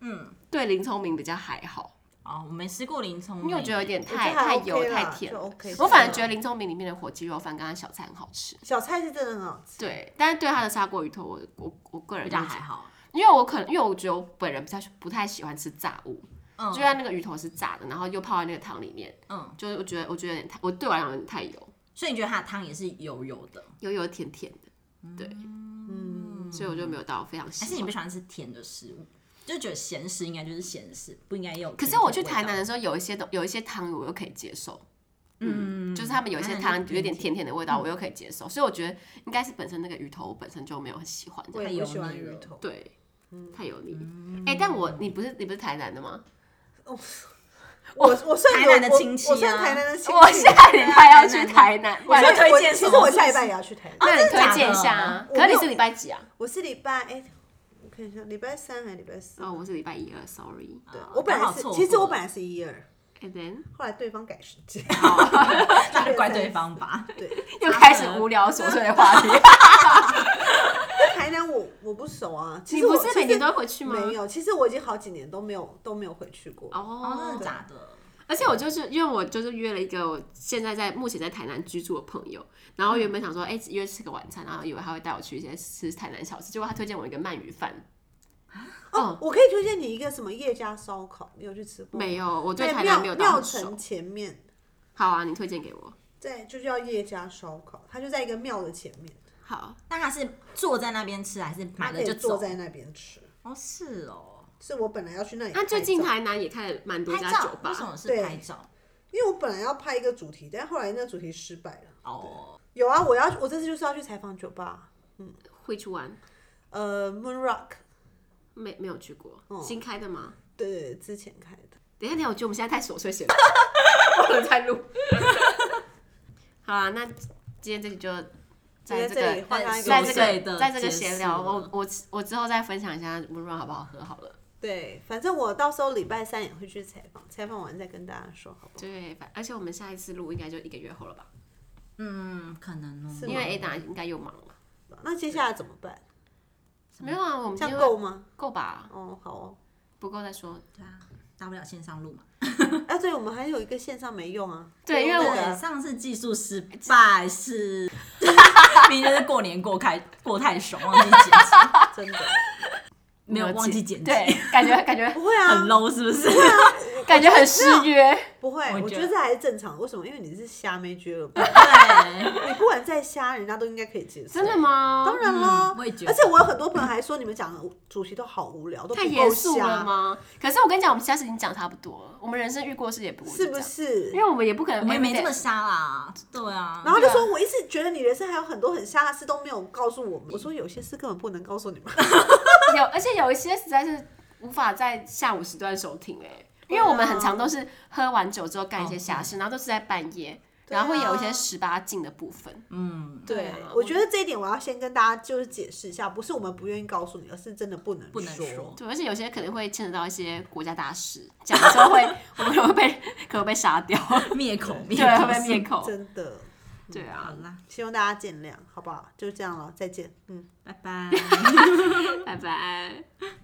[SPEAKER 2] 嗯，
[SPEAKER 3] 对林聪明比较还好，
[SPEAKER 2] 哦，我没吃过林聪明，
[SPEAKER 3] 因为我觉得有点太
[SPEAKER 1] 我觉得还
[SPEAKER 3] 太
[SPEAKER 1] OK
[SPEAKER 3] 油
[SPEAKER 1] 啦
[SPEAKER 3] 太甜
[SPEAKER 1] 就
[SPEAKER 3] 了
[SPEAKER 1] OK，
[SPEAKER 3] 我反而觉得林聪明里面的火鸡肉饭跟他小菜很好吃。
[SPEAKER 1] 小菜是真的很好吃。
[SPEAKER 3] 对，但是对他的砂锅鱼头，我我我个人
[SPEAKER 2] 比
[SPEAKER 3] 就
[SPEAKER 2] 较
[SPEAKER 3] 是
[SPEAKER 2] 还，好。
[SPEAKER 3] 因为我可能因为我觉得我本人比较不太喜欢吃炸物，
[SPEAKER 2] 嗯
[SPEAKER 3] 就像那个鱼头是炸的，然后又泡在那个汤里面，
[SPEAKER 2] 嗯，
[SPEAKER 3] 就是我觉得我觉得有点太，我对我来讲有点太油，
[SPEAKER 2] 所以你觉得它的汤也是油油的，
[SPEAKER 3] 油油甜甜的，对，
[SPEAKER 1] 嗯，
[SPEAKER 3] 所以我就没有到非常喜
[SPEAKER 2] 还
[SPEAKER 3] 欢。
[SPEAKER 2] 是你不喜欢吃甜的食物？就觉得咸食应该就是咸食，不应该有。
[SPEAKER 3] 可是我去台南，的时候，有一些东有一些汤我又可以接受，
[SPEAKER 2] 嗯
[SPEAKER 3] 就是他们有一些汤有点甜
[SPEAKER 2] 甜，
[SPEAKER 3] 甜的味道，我又可以接受，所以我觉得应该是本身那个鱼头我本身就没有很嗯喜欢
[SPEAKER 1] 我
[SPEAKER 3] 的，
[SPEAKER 1] 也不喜欢鱼头。
[SPEAKER 3] 对，太油腻。哎、但我你不是你不是台南的吗？
[SPEAKER 1] 我
[SPEAKER 3] 哦
[SPEAKER 1] 我算
[SPEAKER 2] 台南的亲戚啊
[SPEAKER 1] 我我算台南的亲戚。
[SPEAKER 3] 我下礼拜要去台南，
[SPEAKER 2] 我
[SPEAKER 3] 然
[SPEAKER 2] 要推荐
[SPEAKER 1] 我
[SPEAKER 2] 什
[SPEAKER 1] 其
[SPEAKER 2] 么
[SPEAKER 1] 实我下礼拜也要去台南。
[SPEAKER 3] 那你
[SPEAKER 2] 真的假
[SPEAKER 3] 推
[SPEAKER 2] 的
[SPEAKER 3] 荐一下啊？
[SPEAKER 1] 我
[SPEAKER 3] 可是你
[SPEAKER 1] 没有
[SPEAKER 3] 是礼拜几啊？
[SPEAKER 1] 我是礼拜哎，我看一下，礼拜三还是礼拜四？
[SPEAKER 3] 哦，我是礼拜一了，sorry。
[SPEAKER 1] 对
[SPEAKER 2] 哦，
[SPEAKER 1] 我本
[SPEAKER 2] 刚
[SPEAKER 1] 来
[SPEAKER 2] 好
[SPEAKER 1] 是
[SPEAKER 2] 错，过
[SPEAKER 1] 其实我本来是一二，
[SPEAKER 3] And then
[SPEAKER 1] 后来对方改时间。
[SPEAKER 3] 哦
[SPEAKER 2] 那怪对方吧。
[SPEAKER 1] 对，
[SPEAKER 3] 又开始无聊琐碎的话题。
[SPEAKER 1] 那台 台南我我不熟啊，其
[SPEAKER 3] 你
[SPEAKER 1] 实我
[SPEAKER 3] 不是每年都
[SPEAKER 1] 其
[SPEAKER 3] 会回去
[SPEAKER 1] 实
[SPEAKER 3] 吗？
[SPEAKER 1] 没有，其实我已经好几年都没有都没有回去过。
[SPEAKER 2] 哦，真
[SPEAKER 3] 哦
[SPEAKER 2] 的假的？
[SPEAKER 3] 而且我就是因为我就是约了一个我现在在目前在台南居住的朋友，然后原
[SPEAKER 2] 嗯
[SPEAKER 3] 本想说，哎、约吃个晚餐，然后以为他会带我去一些吃台南小吃，结果他推荐我一个鳗鱼饭。
[SPEAKER 1] 哦，我可以推荐你一个什么叶家烧烤，你有去吃过吗？
[SPEAKER 3] 没有，我对
[SPEAKER 1] 在
[SPEAKER 3] 台
[SPEAKER 1] 庙
[SPEAKER 3] 南没有到
[SPEAKER 1] 庙
[SPEAKER 3] 很熟
[SPEAKER 1] 城。前面，
[SPEAKER 3] 好啊，你推荐给我。
[SPEAKER 1] 在就叫叶家烧烤，它就在一个庙的前面，
[SPEAKER 3] 好，
[SPEAKER 2] 那他是坐在那边吃，还是买
[SPEAKER 1] 它可
[SPEAKER 2] 了就
[SPEAKER 1] 以坐
[SPEAKER 2] 走？
[SPEAKER 1] 在那边吃。
[SPEAKER 2] 哦，是哦，
[SPEAKER 1] 是我本来要去那里拍照，
[SPEAKER 3] 啊那最近台南也开了蛮多
[SPEAKER 2] 拍
[SPEAKER 3] 家
[SPEAKER 2] 照
[SPEAKER 3] 酒？吧
[SPEAKER 2] 为，什么是
[SPEAKER 1] 对
[SPEAKER 2] 拍照？
[SPEAKER 1] 因为我本来要拍一个主题，但后来那个主题失败了。
[SPEAKER 2] 哦，
[SPEAKER 1] 有啊，我要我这次就是要去采访酒吧，
[SPEAKER 3] 会去玩
[SPEAKER 1] 呃，Moon Rock，
[SPEAKER 3] 没没有去过，
[SPEAKER 2] 嗯
[SPEAKER 3] 新开的吗？
[SPEAKER 1] 对对对，之前开的。
[SPEAKER 3] 等一下，等一下，我觉得我们现在太琐碎 闲聊，忘了再录。好啊，那今天这集就在
[SPEAKER 1] 就在
[SPEAKER 3] 这
[SPEAKER 1] 这里
[SPEAKER 3] 个
[SPEAKER 1] 换上一个
[SPEAKER 3] 在
[SPEAKER 2] 琐
[SPEAKER 3] 这
[SPEAKER 2] 碎
[SPEAKER 3] 个
[SPEAKER 2] 的
[SPEAKER 3] 在这个
[SPEAKER 2] 结
[SPEAKER 3] 闲
[SPEAKER 2] 束
[SPEAKER 3] 聊，我
[SPEAKER 2] 了
[SPEAKER 3] 我我之后再分享一下 m o o 好不好喝好了。
[SPEAKER 1] 对，反正我到时候礼拜三也会去采访，采访完再跟大家说，好不好？
[SPEAKER 3] 对，反而且我们下一次录应该就一个月后了吧，
[SPEAKER 2] 嗯，可能哦
[SPEAKER 1] 是，
[SPEAKER 3] 因
[SPEAKER 1] 吗
[SPEAKER 3] 为 Ada 应该又忙了。
[SPEAKER 1] 那接下来怎么办？
[SPEAKER 3] 没有啊，我
[SPEAKER 1] 嗯
[SPEAKER 3] 们
[SPEAKER 1] 这
[SPEAKER 3] 今
[SPEAKER 1] 样
[SPEAKER 3] 天
[SPEAKER 1] 够吗？
[SPEAKER 3] 够吧？
[SPEAKER 1] 哦，好哦。
[SPEAKER 3] 不够再说。
[SPEAKER 2] 对啊，大不了线上录嘛。
[SPEAKER 1] 啊，对，我们还有一个线上没用啊。
[SPEAKER 3] 对因为
[SPEAKER 1] 那
[SPEAKER 3] 我
[SPEAKER 2] 对，
[SPEAKER 1] 个
[SPEAKER 2] 上次技术失败是， 明明就是过年过开过太爽，忘记剪辑，
[SPEAKER 1] 真的
[SPEAKER 2] 没有忘记剪辑，
[SPEAKER 3] 对，感觉 感觉
[SPEAKER 1] 不会啊
[SPEAKER 2] 很，low 是不是？
[SPEAKER 3] 感觉很失约。
[SPEAKER 1] 不会，
[SPEAKER 2] 我
[SPEAKER 1] 我觉
[SPEAKER 2] 觉得
[SPEAKER 1] 得这还是正常的。为什么？因为你是瞎没俱乐部，
[SPEAKER 2] 对，
[SPEAKER 1] 你不管再瞎，人家都应该可以接受。
[SPEAKER 3] 真的？吗？
[SPEAKER 1] 当然啦
[SPEAKER 2] 嗯，我也觉得
[SPEAKER 1] 而且我有很多朋友还说你们讲的主题都好无聊，都不
[SPEAKER 3] 太
[SPEAKER 1] 够
[SPEAKER 3] 严肃
[SPEAKER 1] 瞎
[SPEAKER 3] 了？吗？可是我跟你讲，我们其他事情讲差不多了，我们人生遇过的事也不过
[SPEAKER 1] 是不
[SPEAKER 3] 这样？
[SPEAKER 1] 是
[SPEAKER 3] 因？为我们也不可能，
[SPEAKER 2] 我们也没这么瞎啦，对啊。
[SPEAKER 1] 然后就
[SPEAKER 3] 对啊
[SPEAKER 1] 说，我一直觉得你人生还有很多很瞎的事都没有告诉
[SPEAKER 3] 嗯
[SPEAKER 1] 我们。我说有些事根本不能告诉你们。
[SPEAKER 3] 有，而且有一些实在是无法在下午时段收听哎、因为我们很常
[SPEAKER 2] 啊
[SPEAKER 3] 都是喝完酒之后干一
[SPEAKER 2] 哦
[SPEAKER 3] 些瞎事，然后都是在半夜，然后会有一
[SPEAKER 2] 啊
[SPEAKER 3] 些十八禁的部分。
[SPEAKER 2] 嗯，
[SPEAKER 3] 对啊
[SPEAKER 1] 我觉得这一点我要先跟大家就是解释一下，不是我们不愿意告诉你，而是真的不能
[SPEAKER 2] 不能说
[SPEAKER 3] 对，而且有些可能会牵扯到一些国家大事，讲了之后会 我们会被可能会被杀 掉，
[SPEAKER 2] 灭口灭
[SPEAKER 3] 对，
[SPEAKER 2] 口
[SPEAKER 3] 会被
[SPEAKER 2] 是
[SPEAKER 3] 灭口。
[SPEAKER 1] 真的，
[SPEAKER 3] 对
[SPEAKER 2] 好
[SPEAKER 3] 啊，
[SPEAKER 2] 啦，
[SPEAKER 1] 希望大家见谅，好不好？就这样了，再见。嗯。
[SPEAKER 2] 拜拜。
[SPEAKER 3] 拜拜。